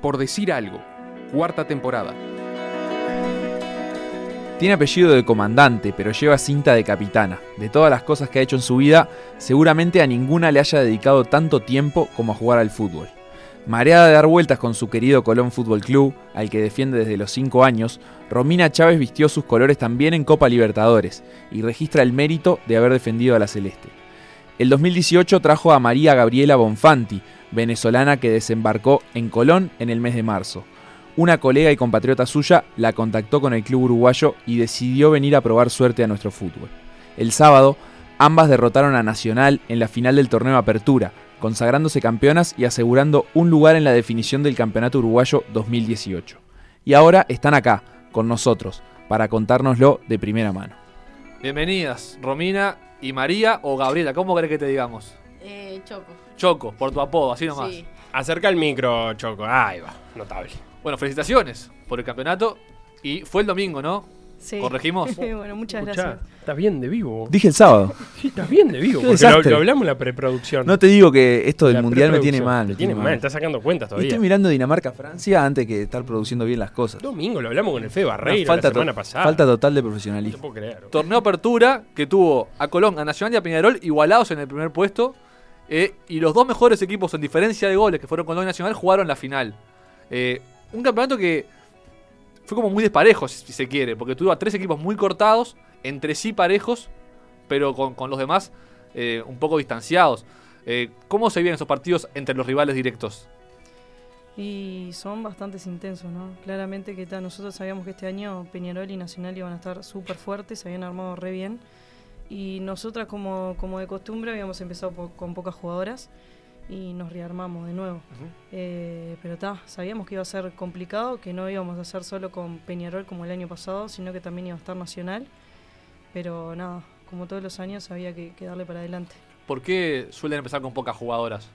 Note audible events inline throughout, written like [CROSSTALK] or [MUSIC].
Por decir algo, cuarta temporada. Tiene apellido de comandante, pero lleva cinta de capitana. De todas las cosas que ha hecho en su vida, seguramente a ninguna le haya dedicado tanto tiempo como a jugar al fútbol. Mareada de dar vueltas con su querido Colón Fútbol Club, al que defiende desde los 5 años, Romina Chávez vistió sus colores también en Copa Libertadores y registra el mérito de haber defendido a la Celeste. El 2018 trajo a María Gabriela Bonfanti, venezolana que desembarcó en Colón en el mes de marzo. Una colega y compatriota suya la contactó con el club uruguayo y decidió venir a probar suerte a nuestro fútbol. El sábado, ambas derrotaron a Nacional en la final del torneo Apertura, consagrándose campeonas y asegurando un lugar en la definición del Campeonato Uruguayo 2018. Y ahora están acá, con nosotros, para contárnoslo de primera mano. Bienvenidas, Romina y María o Gabriela, ¿cómo crees que te digamos? Eh, Choco. Choco, por tu apodo, así nomás. Sí. Acerca el micro, Choco. Ahí va, notable. Bueno, felicitaciones por el campeonato. Y fue el domingo, ¿no? Sí. Corregimos. [LAUGHS] bueno, muchas Escuchá, gracias. estás bien de vivo. Dije el sábado. Sí, estás bien de vivo. Qué Porque lo, desastre. lo hablamos en la preproducción. No te digo que esto del La mundial me preproducción. tiene mal. Te me tiene mal, estás sacando cuentas Y todavía. estoy mirando Dinamarca-Francia antes que estar produciendo bien las cosas. Domingo lo hablamos con el Fede Una Barreiro la to- semana pasada. falta total de No te profesionalismo. puedo creer. Torneo Apertura que tuvo a Colón, a Nacional y a Peñarol igualados en el primer puesto. eh, y los dos mejores equipos en diferencia de goles que fueron Colón y Nacional jugaron la final. Eh, un campeonato que fue como muy desparejo, si si se quiere, porque tuvo a tres equipos muy cortados, entre sí parejos, pero con, con los demás eh, un poco distanciados. Eh, ¿Cómo se viven esos partidos entre los rivales directos? Y son bastantes intensos, ¿no? Claramente que ta, nosotros sabíamos que este año Peñarol y Nacional iban a estar súper fuertes, se habían armado re bien. Y nosotras, como, como de costumbre, habíamos empezado po- con pocas jugadoras y nos rearmamos de nuevo. Eh, pero ta, sabíamos que iba a ser complicado, que no íbamos a hacer solo con Peñarol como el año pasado, sino que también iba a estar Nacional. Pero nada, como todos los años, había que- que darle para adelante. ¿Por qué suelen empezar con pocas jugadoras?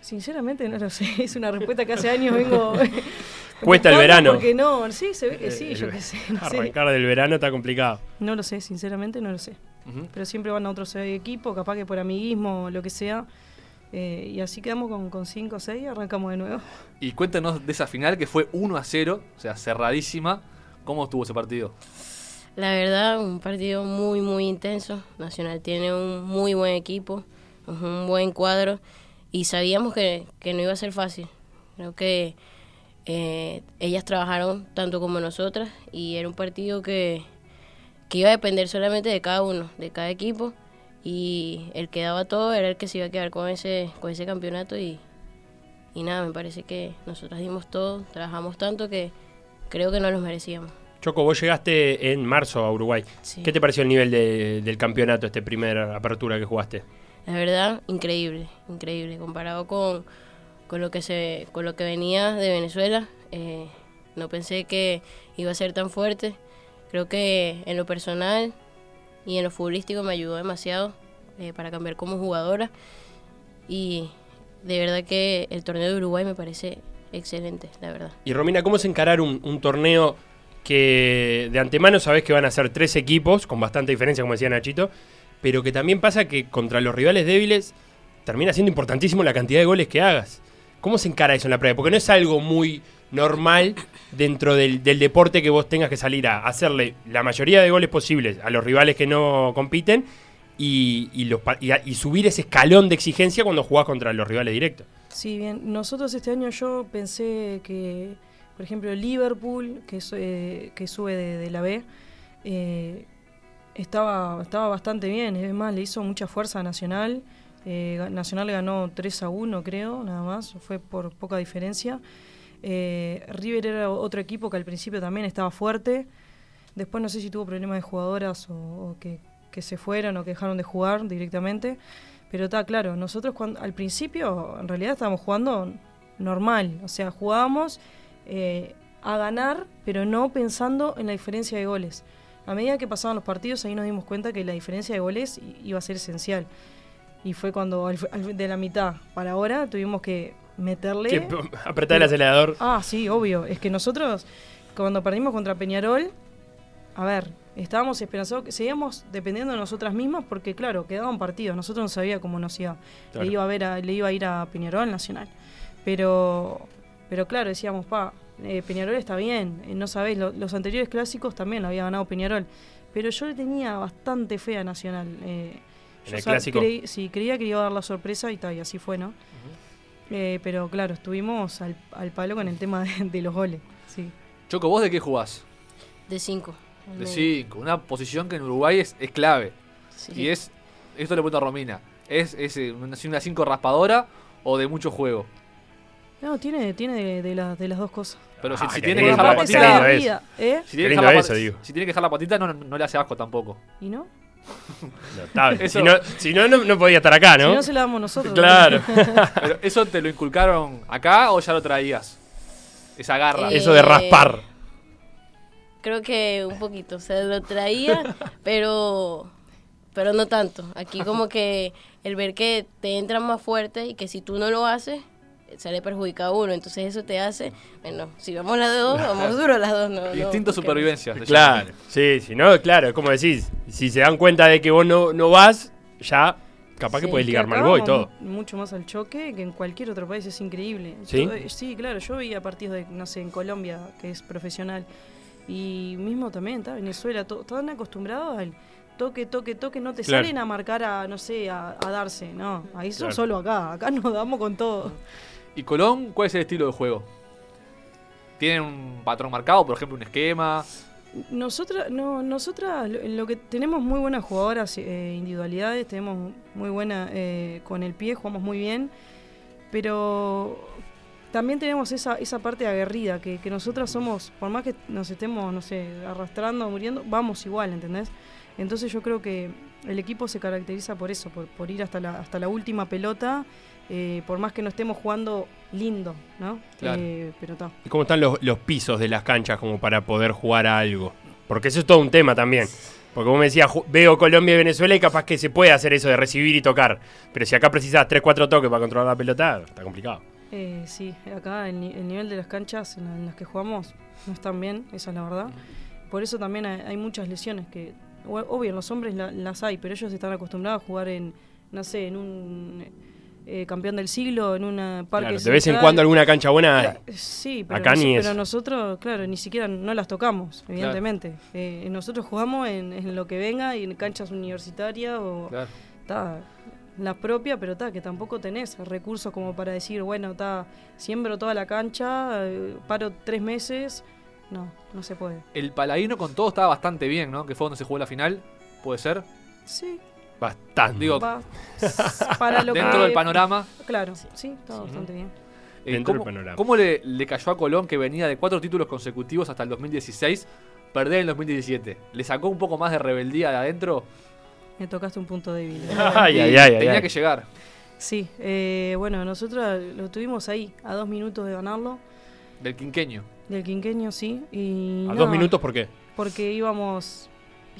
Sinceramente no lo sé, [LAUGHS] es una respuesta que hace [LAUGHS] años vengo. Cuesta el buscando verano. Porque no, sí, se ve que sí, Eh, yo qué sé, no sé. Arrancar del verano está complicado. No lo sé, sinceramente no lo sé. Ujú. Pero siempre van a otro equipo, capaz que por amiguismo o lo que sea. eh, y así quedamos con, con 5 o 6 y arrancamos de nuevo. Y cuéntanos de esa final que fue 1 a 0, o sea, cerradísima. ¿Cómo estuvo ese partido? La verdad, un partido muy, muy intenso. Nacional tiene un muy buen equipo, un buen cuadro y sabíamos que, que no iba a ser fácil. Creo que eh, ellas trabajaron tanto como nosotras y era un partido que, que iba a depender solamente de cada uno, de cada equipo y el que daba todo era el que se iba a quedar con ese, con ese campeonato y, y nada, me parece que nosotras dimos todo, trabajamos tanto que creo que no los merecíamos. Choco, vos llegaste en marzo a Uruguay. Sí. ¿Qué te pareció el nivel de- del campeonato, este primer apertura que jugaste? La verdad, increíble, increíble. Comparado con, con lo que se, con lo que venía de Venezuela, eh, no pensé que iba a ser tan fuerte. Creo que en lo personal y en lo futbolístico me ayudó demasiado eh, para cambiar como jugadora. Y de verdad que el torneo de Uruguay me parece excelente, la verdad. Y Romina, ¿cómo es encarar un, un torneo que de antemano sabés que van a ser tres equipos, con bastante diferencia, como decía Nachito, pero que también pasa que contra los rivales débiles termina siendo importantísimo la cantidad de goles que hagas? ¿Cómo se encara eso en la previa? Porque no es algo muy normal dentro del, del deporte que vos tengas que salir a hacerle la mayoría de goles posibles a los rivales que no compiten y, y los, pa- y a- y subir ese escalón de exigencia cuando jugás contra los rivales directos. Sí, bien. Nosotros este año yo pensé que, por ejemplo, Liverpool, que, su- eh, que sube de, de la B, eh, estaba, estaba bastante bien. Es más, le hizo mucha fuerza a Nacional. Eh, ga- Nacional ganó 3 a 1, creo, nada más. Fue por poca diferencia. Eh, River era otro equipo que al principio también estaba fuerte. Después no sé si tuvo problemas de jugadoras o, o que, que se fueron o que dejaron de jugar directamente. Pero está claro, nosotros cuando, al principio en realidad estábamos jugando normal. O sea, jugábamos eh, a ganar, pero no pensando en la diferencia de goles. A medida que pasaban los partidos, ahí nos dimos cuenta que la diferencia de goles i- iba a ser esencial. Y fue cuando al- al- de la mitad para ahora tuvimos que meterle... Que, [LAUGHS] apretar el acelerador. Ah, sí, obvio. Es que nosotros, cuando perdimos contra Peñarol, a ver, estábamos esperanzados, que seguíamos dependiendo de nosotras mismas porque, claro, quedaban partidos. Nosotros no sabíamos cómo nos iba. Claro. Le, iba a ver a- le iba a ir a Peñarol Nacional. Pero Pero claro, decíamos, pa, eh, Peñarol está bien, eh, no sabéis, lo- los anteriores clásicos también lo había ganado Peñarol. Pero yo le tenía bastante fe a Nacional. eh, ¿En yo el sa- clásico? creí- sí, creía que iba a dar la sorpresa y, tal, y así fue, ¿no? Eh, pero claro, estuvimos al, al palo con el tema de, de los goles. Sí. Choco, ¿vos de qué jugás? De 5. De 5, una posición que en Uruguay es, es clave. Y es, esto le pregunto a Romina, ¿es, es eh, una 5 raspadora o de mucho juego? No, tiene, tiene de, de las- de las dos cosas. Pero si, Ah, si qué tiene que lindo, dejar la aparte esa patita... es. vida, ¿eh? Si Qué tiene, que lindo dejar la eso, pat- digo. si tiene que dejar la patita, no, no le hace asco tampoco. ¿Y no? No, está bien. Eso- Si no, si no, no, no podía estar acá, Si ¿no? no se la damos nosotros. claro. Pero, ¿Eso te lo inculcaron acá o ya lo traías? Esa garra. Eh, Eso de raspar. Creo que un poquito, o sea, lo traía, pero pero no tanto. Aquí como que el ver que te entran más fuerte y que si tú no lo haces, sale perjudicado uno. Entonces eso te hace, bueno, si vamos las dos, vamos duro las dos. No, no, Instinto porque- supervivencia. se llama. Claro. Sí, si no, claro, como decís, si se dan cuenta de que vos no, no vas, ya capaz que Sí, podés Que ligar acá mal vos y vamos todo. mu- Mucho más al choque que en cualquier otro país, es increíble. ¿Sí? Todo- eh, sí, claro, yo veía partidos de, no sé, en Colombia, que es profesional, y mismo también, está Venezuela, to- estaban acostumbrados al toque, toque, toque, no te Claro. salen a marcar a, no sé, a, a darse, no, ahí son Claro. solo acá, acá nos damos con todo. ¿Y Colón, cuál es el estilo de juego? ¿Tienen un patrón marcado, por ejemplo, un esquema? Nosotras, no, nosotras lo, lo que tenemos muy buenas jugadoras, eh, individualidades, tenemos muy buena eh, con el pie, jugamos muy bien, pero también tenemos esa, esa parte aguerrida, que, que nosotras somos, por más que nos estemos, no sé, arrastrando, muriendo, vamos igual, ¿entendés? Entonces yo creo que el equipo se caracteriza por eso, por, por ir hasta la, hasta la última pelota, eh, por más que no estemos jugando lindo, ¿no? Claro. Eh, pero está. ¿Y ¿Cómo están los, los pisos de las canchas como para poder jugar a algo? Porque eso es todo un tema también. Porque vos me decías, ju- veo Colombia y Venezuela y capaz que se puede hacer eso de recibir y tocar. Pero si acá precisas 3-4 toques para controlar la pelota, está complicado. Eh, sí, acá el, ni- el nivel de las canchas en, la- en las que jugamos no están bien, esa es la verdad. Por eso también hay, hay muchas lesiones que, o- obvio, en los hombres la- las hay, pero ellos están acostumbrados a jugar en, no sé, en un eh, campeón del siglo, en una parque. Claro, de vez en central. cuando alguna cancha buena. hay. Cla- Sí, pero, Acá nos- ni pero eso. nosotros, claro, ni siquiera no las tocamos, evidentemente. Eh, nosotros jugamos en, en lo que venga y en canchas universitarias o Claro. ta, la propia, pero ta, que tampoco tenés recursos como para decir, bueno, ta, siembro toda la cancha, eh, paro tres meses. No, no se puede. El Paladino con todo estaba bastante bien, ¿no? Que fue donde se jugó la final, puede ser. Sí, Bastante. Digo, va. s- para lo dentro que- del panorama. Claro, sí, está bastante bien. eh, Dentro del ¿cómo, panorama. cómo le, le cayó a Colón, que venía de cuatro títulos consecutivos hasta el 2016, perder en 2017? ¿Le sacó un poco más de rebeldía de adentro? Me tocaste un punto débil. [LAUGHS] Ay, Y ay, ay, ay, tenía ay. que llegar. Sí, eh, bueno, nosotros lo tuvimos ahí, a dos minutos de ganarlo. Del quinqueño. Del quinqueño, sí. Y ¿A nada, dos minutos por qué? Porque íbamos.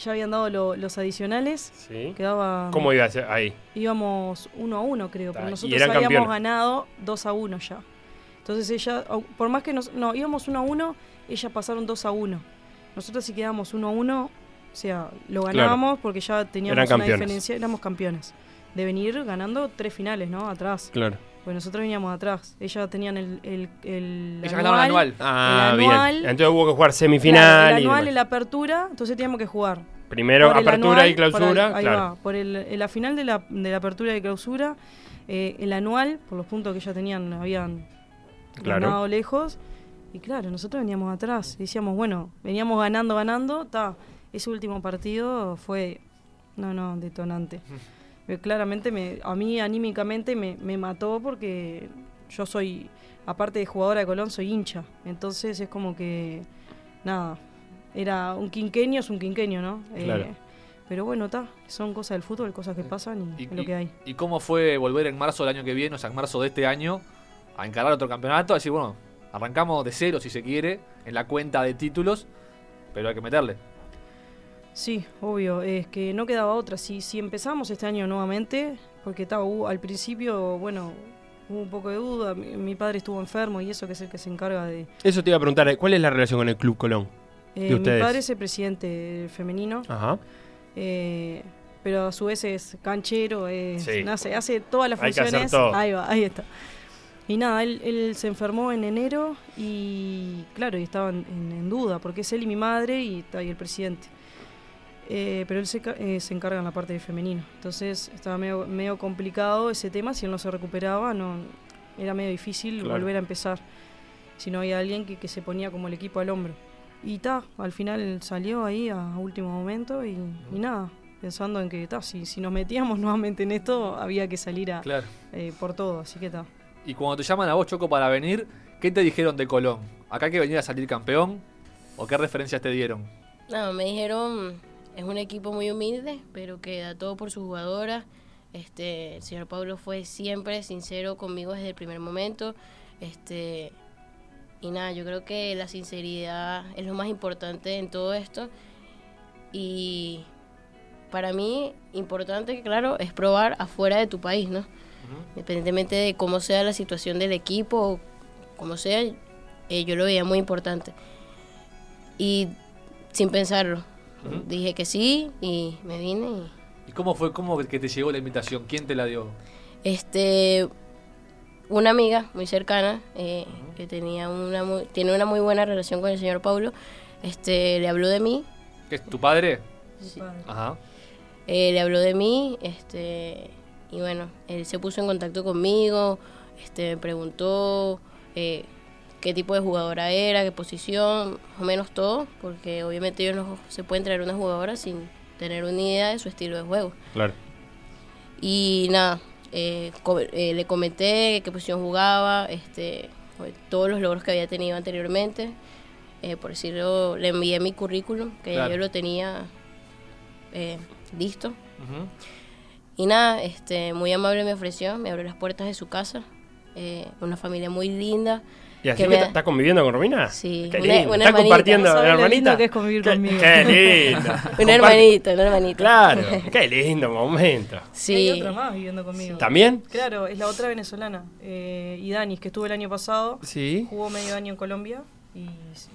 Ya habían dado lo- los adicionales. Sí. Quedaba. ¿Cómo iba a ser ahí? Íbamos 1 a 1, creo. Ta, Pero y nosotros eran habíamos campeones. ganado 2 a 1 ya. Entonces ella. au- Por más que nos. No, íbamos 1 a 1, ellas pasaron 2 a 1. Nosotros si quedábamos 1 a 1, o sea, lo ganábamos porque ya teníamos Eran una campeones. diferencia. Éramos campeones. De venir ganando tres finales, ¿no? Atrás. Claro. Pues nosotros veníamos atrás. Ellas tenían el. el, el Ellas ganaron anual. Ah, El bien. anual. Entonces hubo que jugar semifinal. Claro, el y anual, demás. la apertura, entonces teníamos que jugar. Primero Por el apertura anual, y clausura. por el- ahí claro. va, por el- en la final de la, de la apertura y clausura, eh, el anual, por los puntos que ya tenían, habían Claro. ganado lejos. Y claro, nosotros veníamos atrás. y Decíamos, bueno, veníamos ganando, ganando. Ta, ese último partido fue, no, no, detonante. Eh, Claramente, me, a mí anímicamente me, me mató porque yo soy, aparte de jugadora de Colón, soy hincha. Entonces es como que, nada, era un quinquenio, es un quinquenio, ¿no? Eh, Claro. Eh, pero bueno, está, son cosas del fútbol, cosas que pasan y, ¿Y, es lo y- que hay. y cómo fue volver en marzo del año que viene, o sea, en marzo de este año, a encarar otro campeonato? A decir, bueno, arrancamos de cero si se quiere, en la cuenta de títulos, pero hay que meterle. Sí, obvio, es que no quedaba otra. Si, si empezamos este año nuevamente, porque ta, hubo- al principio, bueno, hubo un poco de duda, mi, mi padre estuvo enfermo y eso que es el que se encarga de... Eso te iba a preguntar, eh, ¿cuál es la relación con el Club Colón? Eh, ¿De mi ustedes? padre es el presidente eh, femenino, Ajá. eh, pero a su vez es canchero, es- Sí. nace- hace todas las Hay que hacer funciones. todo. Ahí va, ahí está. Y nada, él, él se enfermó en enero y claro, y estaban en, en duda, porque es él y mi madre y, está ahí el presidente. Eh, pero él se, ca- eh, se encarga en la parte de femenino. Entonces estaba medio, medio complicado ese tema, si él no se recuperaba, no era medio difícil Claro. volver a empezar. Si no había alguien que, que se ponía como el equipo al hombro. Y ta, al final salió ahí a último momento y, y nada, pensando en que ta, si, si nos metíamos [LAUGHS] nuevamente en esto, había que salir a, Claro. eh, por todo, así que ta. Y cuando te llaman a vos, Choco, para venir, ¿qué te dijeron de Colón? ¿Acá hay que venir a salir campeón? ¿O qué referencias te dieron? No, me dijeron, es un equipo muy humilde, pero que da todo por sus jugadoras. Este, el señor Pablo fue siempre sincero conmigo desde el primer momento. Este, y nada, yo creo que la sinceridad es lo más importante en todo esto. Y para mí, importante, claro, es probar afuera de tu país, ¿no? Independientemente de cómo sea la situación del equipo, o como sea, eh, yo lo veía muy importante. Y sin pensarlo. Dije que sí y me vine y ¿Y cómo fue cómo que te llegó la invitación? ¿Quién te la dio? este una amiga muy cercana eh, que tenía una muy- tiene una muy buena relación con el señor Paulo, este le habló de mí, ¿Qué es tu padre? Sí. Padre. Ajá. eh, le habló de mí, este y bueno, él se puso en contacto conmigo, este me preguntó eh, qué tipo de jugadora era, qué posición, más o menos todo, porque obviamente ellos no se pueden traer una jugadora sin tener una idea de su estilo de juego. Claro. Y nada, eh, co- eh, le comenté qué posición jugaba, este, todos los logros que había tenido anteriormente. Eh, por decirlo, le envié mi currículum, que ya Claro. yo lo tenía eh, listo. Ujú. Y nada, este, muy amable me ofreció, me abrió las puertas de su casa. eh, una familia muy linda. ¿Y así que que me- estás conviviendo con Romina? Sí, Qué una- lindo. una ¿Estás hermanita. compartiendo No sabe una lo hermanita? lindo que es convivir qué, conmigo. qué [LAUGHS] lindo. Una Comparte- hermanita, una hermanita. Claro, qué lindo momento. Sí. Hay otra más viviendo conmigo. ¿También? Claro, es la otra venezolana, eh, Idanis, que estuvo el año pasado, Sí. jugó medio año en Colombia y,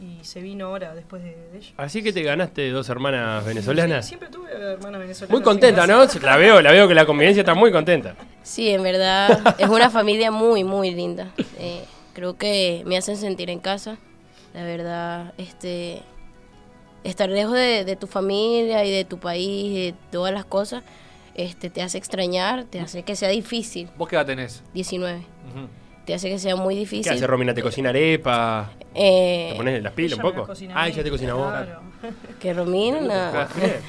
y se vino ahora después de, de ella. Así que te ganaste dos hermanas venezolanas. Sí, siempre tuve hermanas venezolanas. Muy contenta, ¿no? [LAUGHS] La veo, la veo que la convivencia está muy contenta. Sí, en verdad es una [LAUGHS] familia muy, muy linda. Eh, creo que me hacen sentir en casa. La verdad, este, estar lejos de, de tu familia y de tu país y de todas las cosas, este, te hace extrañar, te hace que sea difícil. ¿Vos qué edad tenés? 19. Ujú. Te hace que sea muy ¿Qué difícil. hace Romina? ¿Te Eh, cocina arepa? Eh, ¿Te pones las pilas un poco? Ah, ella te cocina vos. Claro. [LAUGHS] que Romina, ¿Te puedo [LAUGHS] nada. creer?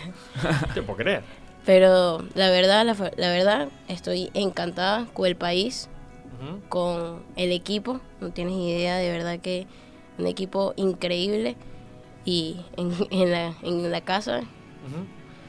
¿Te puedo creer? Pero la verdad, la, fa- la verdad, estoy encantada con el país, Ujú. con el equipo. No tienes idea, de verdad que un equipo increíble. Y en, [LAUGHS] en la, en la casa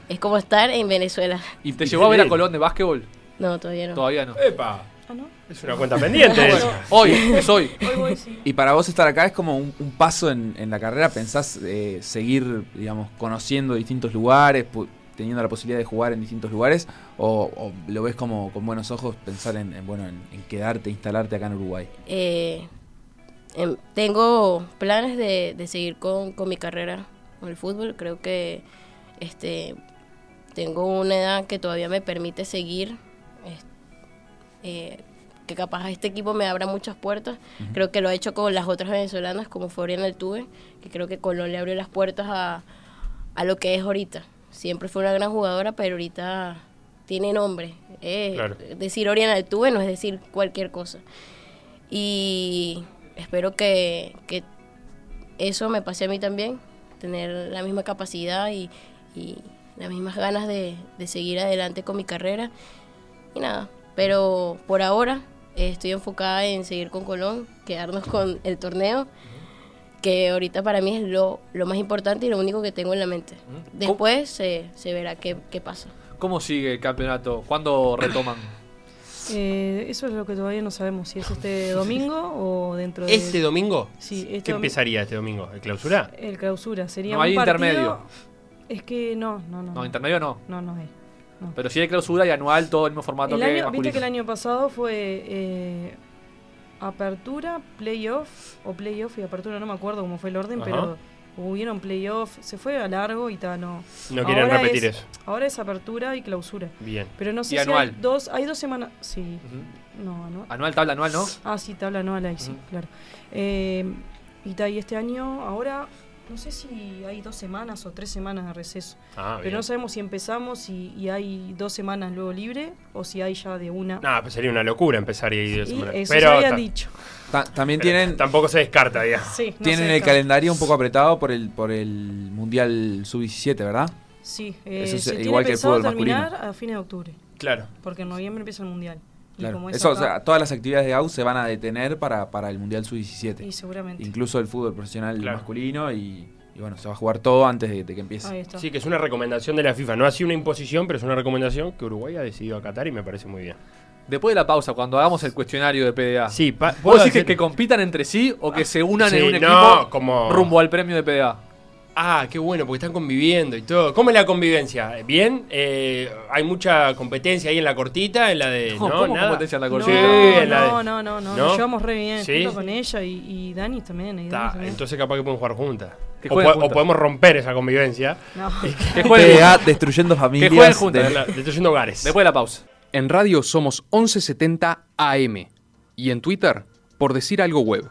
es como estar en Venezuela. [LAUGHS] ¿Y te y llevó a qué ver a bien. Colón de básquetbol? No, todavía no. Todavía no. ¡Epa! Ah, ¿no? Es una cuenta [LAUGHS] pendiente. ¿Este esa. Hoy, es hoy. Hoy voy, sí. Y para vos estar acá es como un, un paso en, en la carrera, pensás eh, seguir, digamos, conociendo distintos lugares, pu- teniendo la posibilidad de jugar en distintos lugares, o, o lo ves como con buenos ojos pensar en, en, bueno, en, en quedarte, instalarte acá en Uruguay. Eh, em, tengo planes de, de seguir con, con mi carrera con el fútbol. Creo que este tengo una edad que todavía me permite seguir. es- eh, que capaz este equipo me abra muchas puertas. Creo que lo ha hecho con las otras venezolanas, como Florian Altuve, que creo que Colón le abrió las puertas a, a lo que es ahorita. Siempre fue una gran jugadora, pero ahorita tiene nombre. Eh, Claro. Decir Oriana Altuve no es decir cualquier cosa y espero que, que eso me pase a mí también, tener la misma capacidad y, y las mismas ganas de, de seguir adelante con mi carrera y nada, pero por ahora eh, estoy enfocada en seguir con Colón, quedarnos con el torneo, que ahorita para mí es lo, lo más importante y lo único que tengo en la mente. Después se, se verá qué, qué pasa. ¿Cómo sigue el campeonato? ¿Cuándo retoman? Eh, eso es lo que todavía no sabemos, si es este domingo o dentro de... ¿Este domingo? Sí, este ¿Qué domingo. empezaría este domingo? ¿El clausura? El clausura, sería No un hay partido- intermedio. Es que no, no, no. No, intermedio no. No, no hay. No. Pero sí hay clausura y anual, todo el mismo formato El que año, Ah, masculino. Viste que el año pasado fue eh, apertura, playoff o playoff y apertura, no me acuerdo cómo fue el orden, Ajá. pero hubieron playoffs, se fue a largo y tal, no. No quieren Ahora repetir es- eso. Ahora es apertura y clausura. Bien. Pero no sé Y si hay anual. dos, hay dos semanas. Sí, no, no. Anual, tabla anual, ¿no? Ah, sí, tabla anual ahí, sí, Ujú. claro. Eh, y ta, y este año, ahora, no sé si hay dos semanas o tres semanas de receso. Ah, bien. Pero no sabemos si empezamos y, y hay dos semanas luego libre o si hay ya de una. Nah, pues sería una locura empezar y ir de y semana. eso pero ya habían ta- dicho. Ta- también pero tienen, tampoco se descarta, digamos. Sí, no tienen sé, el ta- calendario un poco apretado por el, por el Mundial Sub-17, ¿verdad? Sí, eh, Eso es se igual tiene que el pensado fútbol terminar masculino. a fines de octubre, Claro. porque en noviembre empieza el mundial. Y Claro. como es Eso, o acá- sea, todas las actividades de AU se van a detener para, para el Mundial Sub-17. y seguramente. Incluso el fútbol profesional Claro. masculino y, y bueno, se va a jugar todo antes de, de que empiece. Ahí está. Sí, que es una recomendación de la FIFA. No ha sido una imposición, pero es una recomendación que Uruguay ha decidido acatar y me parece muy bien. Después de la pausa, cuando hagamos el cuestionario de PDA. Sí, pa- Ah. ¿Vos ¿puedo decís que, hacer- que compitan entre sí o que se unan Sí, en un equipo no, como- rumbo al premio de PDA? Ah, qué bueno, porque están conviviendo y todo. ¿Cómo es la convivencia? ¿Bien? Eh, ¿Hay mucha competencia ahí en la cortita? ¿En la de.? No, No, ¿cómo nada? competencia en la No, Sí, cortina? en la de- no, no, no, no, ¿No? nos llevamos re bien Sí. junto con ella y, y Dani también. y Dani Ta, también. entonces capaz que pueden jugar juntas. Que O, jueguen po- juntas. o podemos romper esa convivencia. No. Que jueguen PDA juntos. Este destruyendo familias. Que jueguen juntas. de- La- Destruyendo hogares. Después de la pausa. En radio somos 1170 AM y en Twitter por decir algo web.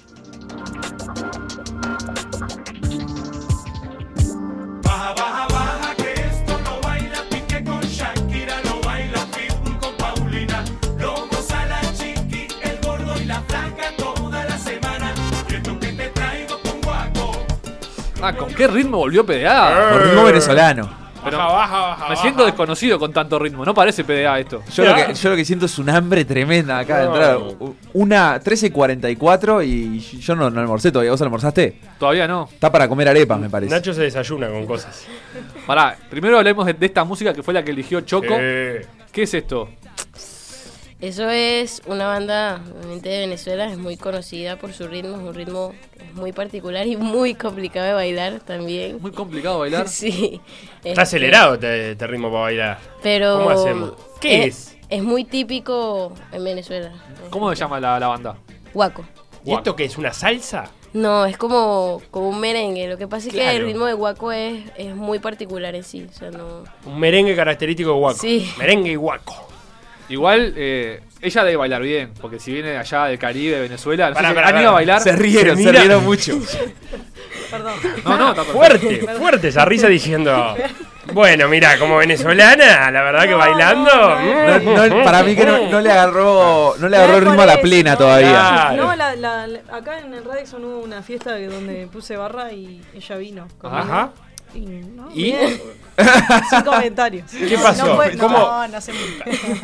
Ah, ¿con qué ritmo volvió PDA? por ritmo venezolano. Baja, baja, baja, Me baja. siento desconocido con tanto ritmo. No parece PDA esto. Yo lo, que, yo lo que siento es un hambre tremenda acá de No. entrada. U- Una 13.44 y yo no, no almorcé todavía. ¿Vos almorzaste? Todavía no. Está para comer arepas, me parece. Nacho se desayuna con cosas. Pará, primero hablemos de, de esta música que fue la que eligió Choco. Eh, ¿Qué es esto? Eso es una banda obviamente de Venezuela, es muy conocida por su ritmo, es un ritmo muy particular y muy complicado de bailar también. Muy complicado bailar. [LAUGHS] Sí. está acelerado este, este ritmo para bailar. Pero ¿Cómo hacemos? ¿Qué es? Es muy típico en Venezuela. ¿Cómo se llama la, la banda? Guaco. ¿Y esto qué es? ¿Una salsa? No, es como, como un merengue. Lo que pasa es que Claro. el ritmo de guaco es, es muy particular en sí. O sea, no. Un merengue característico de Huaco. Sí. Merengue y Huaco. Igual, eh, ella debe bailar bien, porque si viene de allá del Caribe, de Venezuela, no sé Pará, si pará, ¿han pará. ido a bailar? Se rieron, Se se mira. rieron mucho. Perdón. No, no, está perfecto. Fuerte, fuerte esa risa diciendo. Bueno, mira, como venezolana, la verdad que bailando. Mm. No, no, para mí que no, no le agarró, no le agarró el ritmo a la plena todavía. Claro. No, la- la- la- acá en el Radixon hubo una fiesta que- donde puse barra y ella vino. conmigo. Ajá. Y, no, [LAUGHS] ¿Y? bien. Sin comentarios. ¿Qué No, pasó? No, fue- no, ¿Cómo? no, se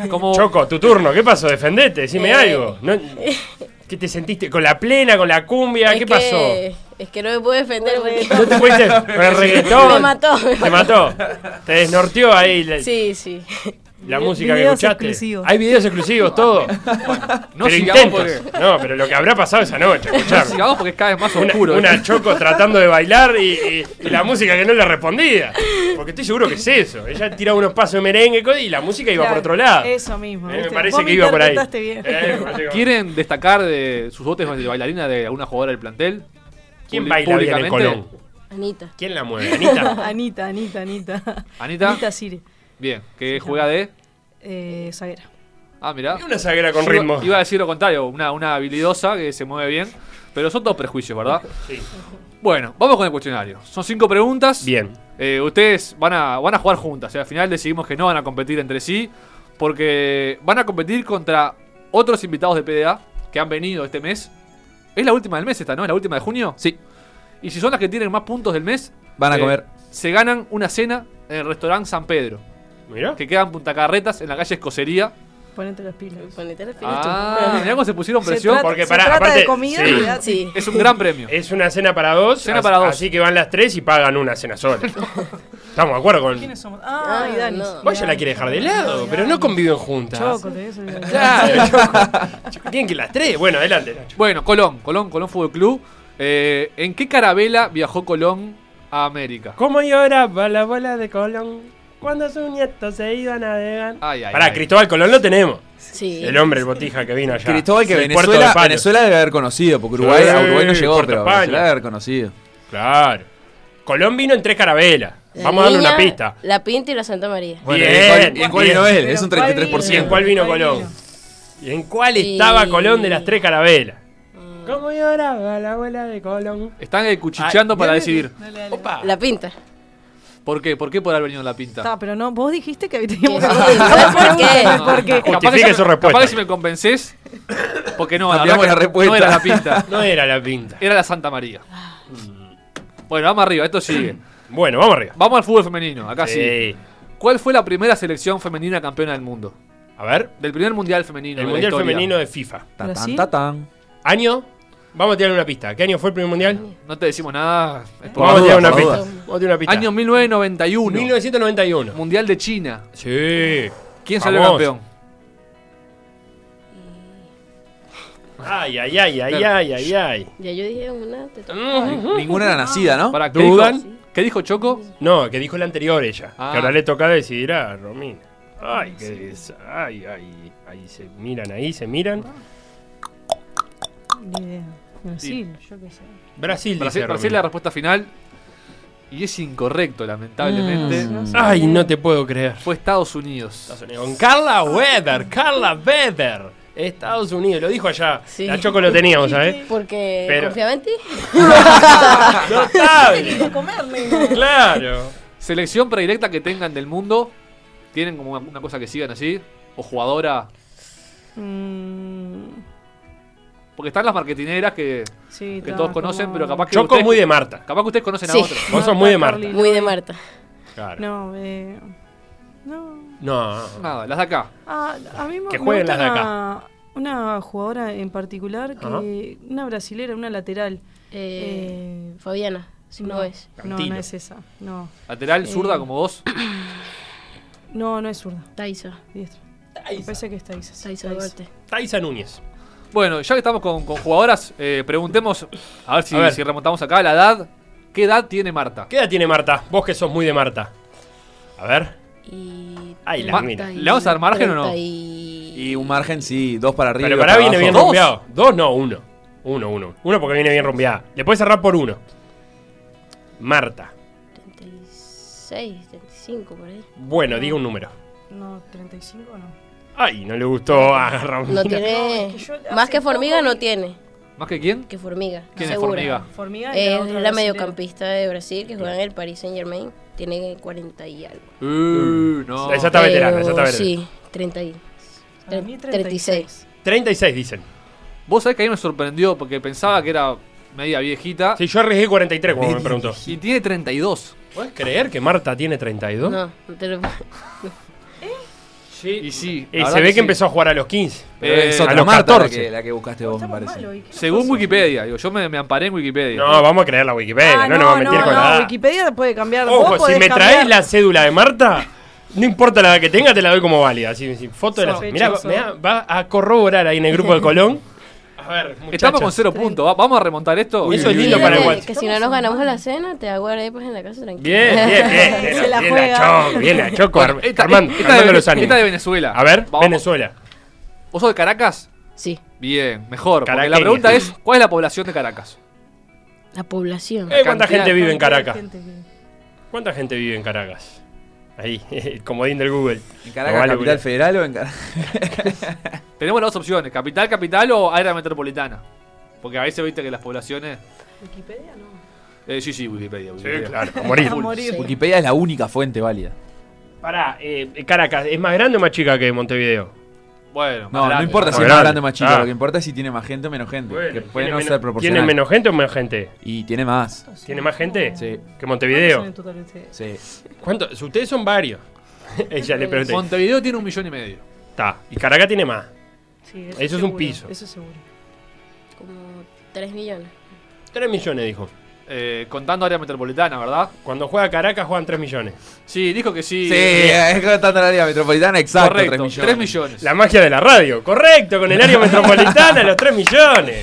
Como, Choco, tu turno, ¿qué pasó? Defendete, decime Eh. algo. No- ¿Qué te sentiste? ¿Con la plena, con la cumbia? Es Ah, que- ¿Qué pasó? Es que no me puedo defender porque ¿No [LAUGHS] te fuiste con el [LAUGHS] reggaetón? me mató. me Te mató. Te desnorteó ahí la, Sí, sí. la Video- música que videos escuchaste. exclusivos. Hay videos exclusivos, todo. no pero sigamos intentos. porque, No, pero lo que habrá pasado esa noche, no escuchame. sigamos porque es cada vez más Una, oscuro. una ¿eh? choco tratando de bailar y, y- y la música que no le respondía. Porque estoy seguro que es eso. Ella tiraba unos pasos de merengue y co- y la música [LAUGHS] iba por otro lado. Eso mismo. Eh, me ¿viste? parece Vos que iba por ahí. interpretaste bien. [LAUGHS] Eh, me parece que- ¿Quieren destacar de sus dotes de bailarina de alguna jugadora del plantel? ¿Quién Publi- baila bien en públicamente. Colón? Anita. ¿Quién la mueve? [LAUGHS] Anita. Anita, Anita, Anita. Anita. Anita Sire. Bien, que juega de. Eh, Zaguera. Ah, mirá. Y una zaguera con Yo ritmo. Iba a decir lo contrario, una, una habilidosa que se mueve bien. Pero son dos prejuicios, ¿verdad? Sí. Bueno, vamos con el cuestionario. Son cinco preguntas. Bien. Eh, ustedes van a, van a jugar juntas. y al final decidimos que no van a competir entre sí. Porque van a competir contra otros invitados de PDA que han venido este mes. Es la última del mes esta, ¿no? Es la última de junio. Sí, Y si son las que tienen más puntos del mes, van a eh, comer. Se ganan una cena en el restaurante San Pedro. Mirá. Que queda en Punta Carretas, en la calle Escocería. Ponete las pilas. Ponete las pilas Ah, mirá cómo se pusieron Se presión. trata- Eh. porque se pará, trata aparte- de comida. sí. tú. ¿verdad? Sí. Es un gran [LAUGHS] premio. Es una cena para dos. Cena as- para dos. Así que van las tres y pagan una [LAUGHS] cena sola. Estamos de acuerdo con. ¿Quiénes somos? Ah, y Ah, Dani. no. Vos ya la quiere dejar de lado, pero no conviven juntas. Choco, te ves el- Claro, Choco. Choco, Tienen que las tres. Bueno, adelante, Nacho. Bueno, Colón, Colón, Colón Fútbol Club. Eh, ¿En qué carabela viajó Colón a América? ¿Cómo lloraba la bola de Colón cuando sus nietos se iban a navegar? Ay, ay, Pará, ay. Cristóbal Colón lo tenemos. Sí. El hombre, el botija que vino allá. Cristóbal que Del puerto Venezuela, de Palos. Venezuela debe haber conocido, porque Uruguay, Sí, a Uruguay no llegó, Puerto pero España. Venezuela debe haber conocido. Claro. Colón vino en tres carabelas. La Vamos a darle una Niña, pista. La Pinta y la Santa María. Bueno, Bien, ¿y cuál- ¿y en cuál bien. vino él? Es un Pero ¿cuál 33%. ¿Y en cuál vino Colón? ¿Y en cuál estaba Y- Colón de las tres carabelas? ¿Cómo lloraba la abuela de Colón? Están eh, cuchicheando Ay, para dale, decidir. Opa. La Pinta. ¿Por qué? ¿Por qué por haber venido la pinta? Está, pero no, vos dijiste que teníamos ¿Qué? [LAUGHS] que ¿Sabes por qué? No, porque Justifique que, su capaz respuesta. que si me convencés, porque no, la Cambiamos verdad la que respuesta. no era la pinta, No era la pinta. era la Santa María. Mm. Bueno, vamos arriba, esto sigue. Bueno, vamos arriba. Vamos al fútbol femenino, acá sí. Sí. ¿Cuál fue la primera selección femenina campeona del mundo? A ver, Del primer mundial femenino. el de la Mundial historia. Femenino de FIFA. Tatán, ¿Brasil? tatán. ¿Año? Vamos a tirar una pista. ¿Qué año fue el primer Mundial? No te decimos nada. es por- Vamos a tirar duda, una por pista. duda. Vamos a tirar una pista. Año 1991. 1991. Mundial de China. Sí. ¿Quién salió Vamos. campeón? Ay, ay, ay, ay, ay, ay, ay. Ya yo dije una. te toca. Ninguna era nacida, ¿no? Pará, ¿qué ¿Dudan? dijo- ¿Qué dijo Choco? No, que dijo la anterior ella. Ah. Que ahora le toca decidir a Romina. Ay, qué des- Ay, ay. Ahí se miran, ahí se miran. Ni idea. Brasil, yo qué sé. Brasil, Brasil, dice Brasil es Romina. la respuesta final. Y es incorrecto, lamentablemente. Mm. Ay, no te puedo creer. Fue Estados Unidos. Estados Unidos. Con Carla Weber, Carla Weber. Estados Unidos, lo dijo allá. Sí. La Choco lo teníamos, [LAUGHS] ¿eh? ¿sabes? Porque Pero- confiaba en ti. Notable. Claro. Selección predilecta que tengan del mundo. ¿Tienen como una, una cosa que sigan así? ¿O jugadora? Mm, Porque están las marketineras que, sí, que está, todos conocen, como- pero capaz que. Choco ustedes- muy de Marta. Capaz que ustedes conocen a Sí. otra. Vos sos muy de Marta. Carly. Muy de Marta. Claro. No, eh. No. No. Nada, las de acá. Ah, a mí me- Que me jueguen gusta las de acá. Una, una jugadora en particular, que Ajá. una brasilera, una lateral. Eh, Eh, Fabiana, si no, es. no, Cantilo. no es esa. No, Lateral, zurda, Eh. como vos. no, no es zurda. Taisa. Diestra. Me parece que está Isa. Taisa Duarte. Taisa Núñez. Bueno, ya que estamos con, con jugadoras, eh, preguntemos, a ver, si, A ver. si remontamos acá, la edad. ¿Qué edad tiene Marta? ¿Qué edad tiene Marta? Vos que sos muy de Marta. A ver. Y. Ay, la treinta mira. y- ¿Le vamos a dar margen o no? treinta Y... Y un margen, sí, dos para arriba. Pero pará, para viene bien abajo. rumbeado. Dos, no, uno. Uno, uno. Uno porque viene bien rumbeada. Le puedes cerrar por uno. Marta. 36, 35 por [LAUGHS] ahí. Bueno, diga un número. No, 35 no. Ay, no le gustó [LAUGHS] a Romina. No tiene. es que yo más hace que formiga poco no vi- tiene. ¿Más que quién? Que formiga. ¿Quién es segura. Formiga? Formiga y Eh, otra es la brasilera. mediocampista de Brasil que juega en el Paris Saint Germain. Tiene 40 y algo. Uh, no. Esa está veterana, esa Pero está veterana. Sí, 30 y. Para mí 36. 36 dicen. Vos sabés que a mí me sorprendió porque pensaba que era media viejita. Sí, yo arriesgué 43 cuando me preguntó. Y tiene 32. ¿Puedes creer que Marta tiene 32? No, no te lo- Sí. Y sí. la Y verdad Eh, se ve que, sí. empezó a jugar a los 15. Pero Eh, es a otra los Marta la 14. que, la que buscaste vos, me Estamos parece. mal hoy, ¿qué Según pasa? Wikipedia, digo, yo me, me amparé en Wikipedia. No, vamos a creer la Wikipedia, Ah, no, nos va a mentir no, con no, nada. Wikipedia puede cambiar. Vos Ojo, si podés me cambiar. traes la cédula de Marta, no importa la edad que tenga, te la doy como válida. Así, así, foto de la. Mirá, Sospechoso. mirá, va a corroborar ahí en el grupo de Colón. A ver, muchachas. Estamos con cero puntos. Va- Vamos a remontar esto. Eso es lindo Olvídate para el Guachi. Que si no nos ganamos la cena, te hago arepas en la casa tranquila. Bien, bien, bien. bien, [LAUGHS] Se la bien juega. Choco, bien la Choco. Bueno, Arm- Armando, esta Armando de, los ánimos. esta de Venezuela. A ver, Vamos. Venezuela. ¿Vos sos de Caracas? Sí, Bien, mejor. Porque la Caraqueña. pregunta es: ¿cuál es la población de Caracas? la población. Eh, ¿Cuánta cantidad gente de vive en Caracas? Gente que- ¿Cuánta gente vive en Caracas? Ahí, [LAUGHS] el comodín del Google. ¿En No Caracas, vale, Capital boludo. Federal o en Caracas? Tenemos las dos opciones: capital, capital o área metropolitana. Porque a veces viste que las poblaciones. Wikipedia no. Eh, sí, sí, Wikipedia. Sí, Wikipedia. claro, a morir. A morir. Wikipedia es la única fuente válida. Pará, eh, Caracas, ¿es más grande o más chica que Montevideo? Bueno, No, no importa si es Más más grande. grande o más chico. Ah. Lo que importa es si tiene más gente o menos gente. que puede no ¿tiene ser menos- proporcional. ¿Tiene menos gente o más gente? Y tiene más. ¿Tiene más gente? Sí. Que ¿Cuántos son Montevideo. en total ustedes? Sí. ¿Cuántos? Ustedes son varios. [LAUGHS] Ella le pregunté. Montevideo tiene un millón y medio. Está. Y Caracas tiene más. Sí, Eso es un seguro, piso. Eso es seguro. Como 3 millones. 3 millones, dijo. Eh, contando área metropolitana, ¿verdad? Cuando juega Caracas juegan 3 millones. Sí, dijo que sí. Sí, eh, es como tanto la área metropolitana, exacto. Correcto, 3 millones. [LAUGHS] La magia de la radio. Correcto, [LAUGHS] con el área metropolitana, los 3 millones.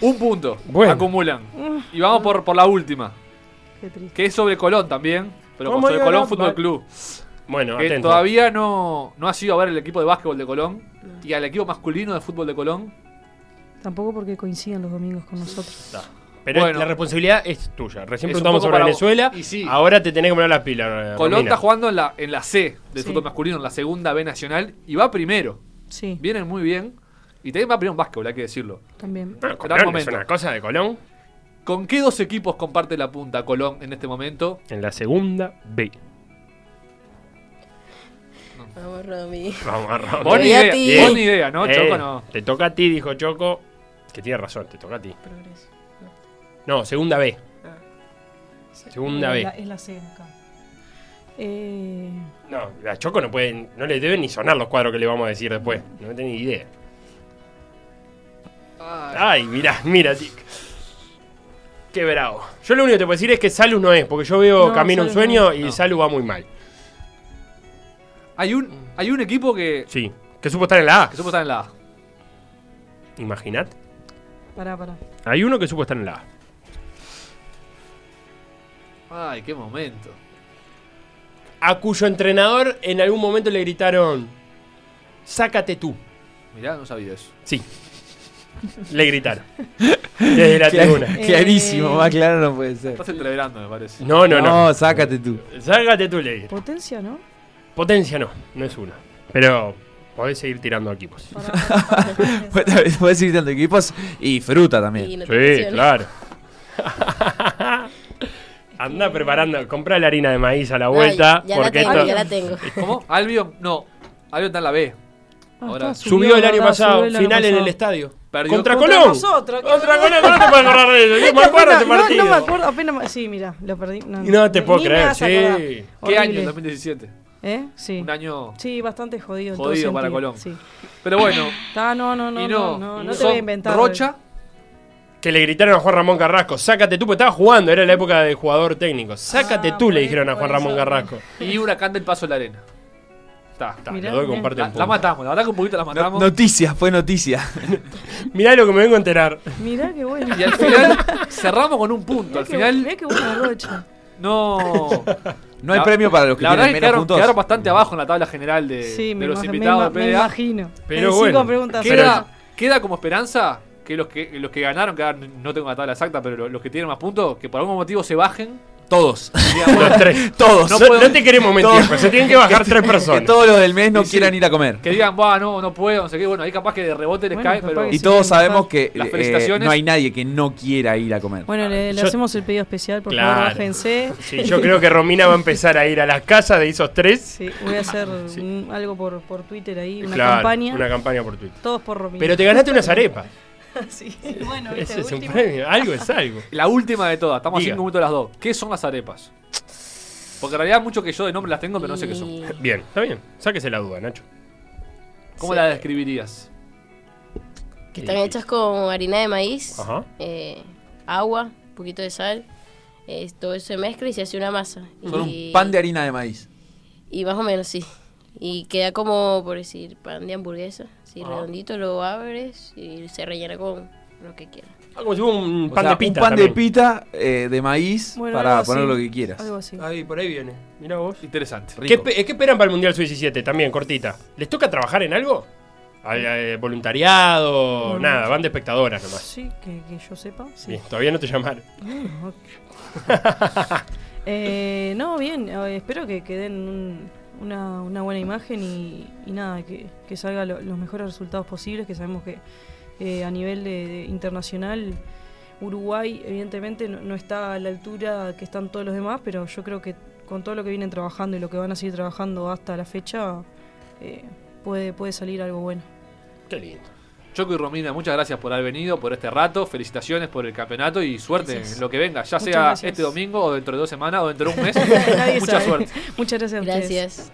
Un punto. Bueno. Acumulan. Y vamos por, por la última, Qué triste. que es sobre Colón también, pero con ¿Cómo sobre iba Colón la- Fútbol va- Club. Bueno, Que atento. todavía no, no ha sido a ver el equipo de básquetbol de Colón y al equipo masculino de fútbol de Colón. Tampoco porque coinciden los domingos con nosotros. Pero Bueno. la responsabilidad es tuya. Recién Es un preguntamos poco sobre para vos. Venezuela. Y sí. Ahora te tenés que poner las pilas. eh, Colón Romina. está jugando en la, en la C del Sí. fútbol masculino, en la segunda B nacional, y va primero. Sí, Vienen muy bien. Y también va primero en básquetbol, hay que decirlo. también. Bueno, Ah, Colón Gran es momento. una cosa de Colón. ¿Con qué dos equipos comparte la punta Colón en este momento? En la segunda B. Vamos, Romy. Vamos a Buena Rom- voy a idea, ti. buena idea, ¿no? Eh, Choco no. Te toca a ti, dijo Choco. Que tiene razón, te toca a ti. Progreso. No, segunda B. Segunda Es B. la- Es la C acá. Eh, No, a Choco no pueden, no le deben ni sonar los cuadros que le vamos a decir después. No tengo ni idea. Ah. Ay, mirá, mira, tic. Qué bravo. Yo lo único que te puedo decir es que Salus no es, porque yo veo No, Camino a un Salus sueño no y Salus va muy mal. Hay un, hay un equipo que, Sí. Que supo estar en la A. que supo estar en la A. Imaginate. pará, pará. Hay uno que supo estar en la A. Ay, qué momento. A cuyo entrenador en algún momento le gritaron: Sácate tú. Mirá, no sabía eso. Sí. Le gritaron. Desde la tribuna. Clarísimo, Eh. más claro no puede ser. Estás entreverando, me parece. No, no, no. sácate [LAUGHS] tú. Sácate tú, le dijeron. Potencia, ¿no? Potencia no, no es una. Pero podés seguir tirando equipos. Pará. Puedes ir tanto equipos y fruta Y también. no te presiones. [LAUGHS] Anda preparando, comprá la harina de maíz a la No, vuelta. ya porque la tengo, esto ya la tengo. ¿Cómo? Albion, no. Albion está en la B. Ah, Ahora, está, subió el año ¿verdad? pasado, Subió el año final en pasado. el estadio. Perdió contra contra Colón. nosotros, qué Contra bueno. [LAUGHS] Colón, no te puedes acordar de eso. Yo me acuerdo de Apenas- ese partido. No, no me acuerdo, apenas me- Sí, mira, lo perdí. No, Y no te ni- puedo ni me creer, vas a acordar. sí. ¿Qué año? Horrible. 2017. ¿Eh? Sí. Un año. Sí, bastante jodido. en todo Jodido para sentido, Colón. Sí. Pero bueno. Ah, no, no, no, y no, no. no, y no te son voy a inventar. Rocha. Que le gritaron a Juan Ramón Carrasco, sácate tú, porque estaba jugando, era la época de jugador técnico. Sácate Ah, tú, le por dijeron a eso, Juan por Ramón eso. Carrasco. Y Huracán del Paso de la Arena. Está. Está, Mirá, los dos mirá. comparten La, la puntos. matamos, la verdad que un poquito la matamos. Noticia, fue noticia. Mirá lo que me vengo a enterar. Mirá qué bueno. Y al final cerramos con un punto. Mirá eh. Al qué- final, Mirá qué buena Rocha. no. No hay La- premio para los que La verdad tienen es que menos quedaron, puntos. quedaron bastante abajo en la tabla general de, Sí, Eh, de me, los ima- me invitados ima- de me PDA. imagino. Pero En bueno, Cinco preguntas. Queda, sobre- queda como esperanza que los que los que ganaron, que ahora no tengo la tabla exacta, pero lo- los que tienen más puntos, que por algún motivo se bajen. Todos. y digan, bueno, Los tres. Todos. [LAUGHS] No, puedo- no te queremos mentir, Todo- pero se tienen que bajar tres personas. Que todos los del mes no Sí, sí. quieran ir a comer. que digan, "Buah, no, no puedo, no sé qué. Bueno, ahí capaz que de rebote les Bueno, cae, capaz pero. que Y sí, todos capaz. sabemos que Las eh, felicitaciones. no hay nadie que no quiera ir a comer. Bueno, le, le Yo- hacemos el pedido especial, por favor, Claro. bájense. Sí, yo creo que Romina va a empezar a ir a las casas de esos tres. Sí, voy a hacer un- algo por, por Twitter ahí, una Claro, campaña. Una campaña por Twitter. Todos por Romina. Pero te ganaste unas arepas. [LAUGHS] sí, bueno, viste, Ese es un [LAUGHS] último. premio. Algo es algo. La última de todas, estamos a Diga. 5 minutos de las dos. ¿Qué son las arepas? Porque en realidad mucho que yo de nombre las tengo, pero no sé qué son. Y- Bien, está bien. Sáquese la duda, Nacho. ¿Cómo Sí. las describirías? Que están hechas con harina de maíz, Ajá. eh, agua, un poquito de sal. eh, todo eso se mezcla y se hace una masa. Son Y- un pan de harina de maíz. Y más o menos, sí. Y queda como, por decir, pan de hamburguesa. Así Ah. redondito, lo abres y se rellena con lo que quieras. Ah, como si fuera un O pan sea, de pita. Un pan de también. pita eh, de maíz Bueno, para algo así, poner lo que quieras. Algo así. Ahí, por ahí viene. Mira vos. Interesante. ¿Qué, Rico. espe- qué esperan para el Mundial Sub-17? También, cortita. ¿Les toca trabajar en algo? Ah, eh, voluntariado, No. nada, van de espectadoras nomás. Sí, que, que yo sepa. Sí. Bien, todavía no te llamaron. No, no. Eh, no, bien, eh, espero que, que den un- una, una buena imagen y, y nada, que, que salga lo- los mejores resultados posibles, que sabemos que eh, a nivel de- de internacional Uruguay evidentemente no, no está a la altura que están todos los demás, pero yo creo que con todo lo que vienen trabajando y lo que van a seguir trabajando hasta la fecha, eh, puede, puede salir algo bueno. Qué lindo. Choco y Romina, muchas gracias por haber venido, por este rato. Felicitaciones por el campeonato y suerte Gracias. en lo que venga, ya Muchas sea gracias. este domingo o dentro de dos semanas o dentro de un mes. [LAUGHS] Nadie mucha sabe. suerte. Muchas gracias a ustedes. Gracias.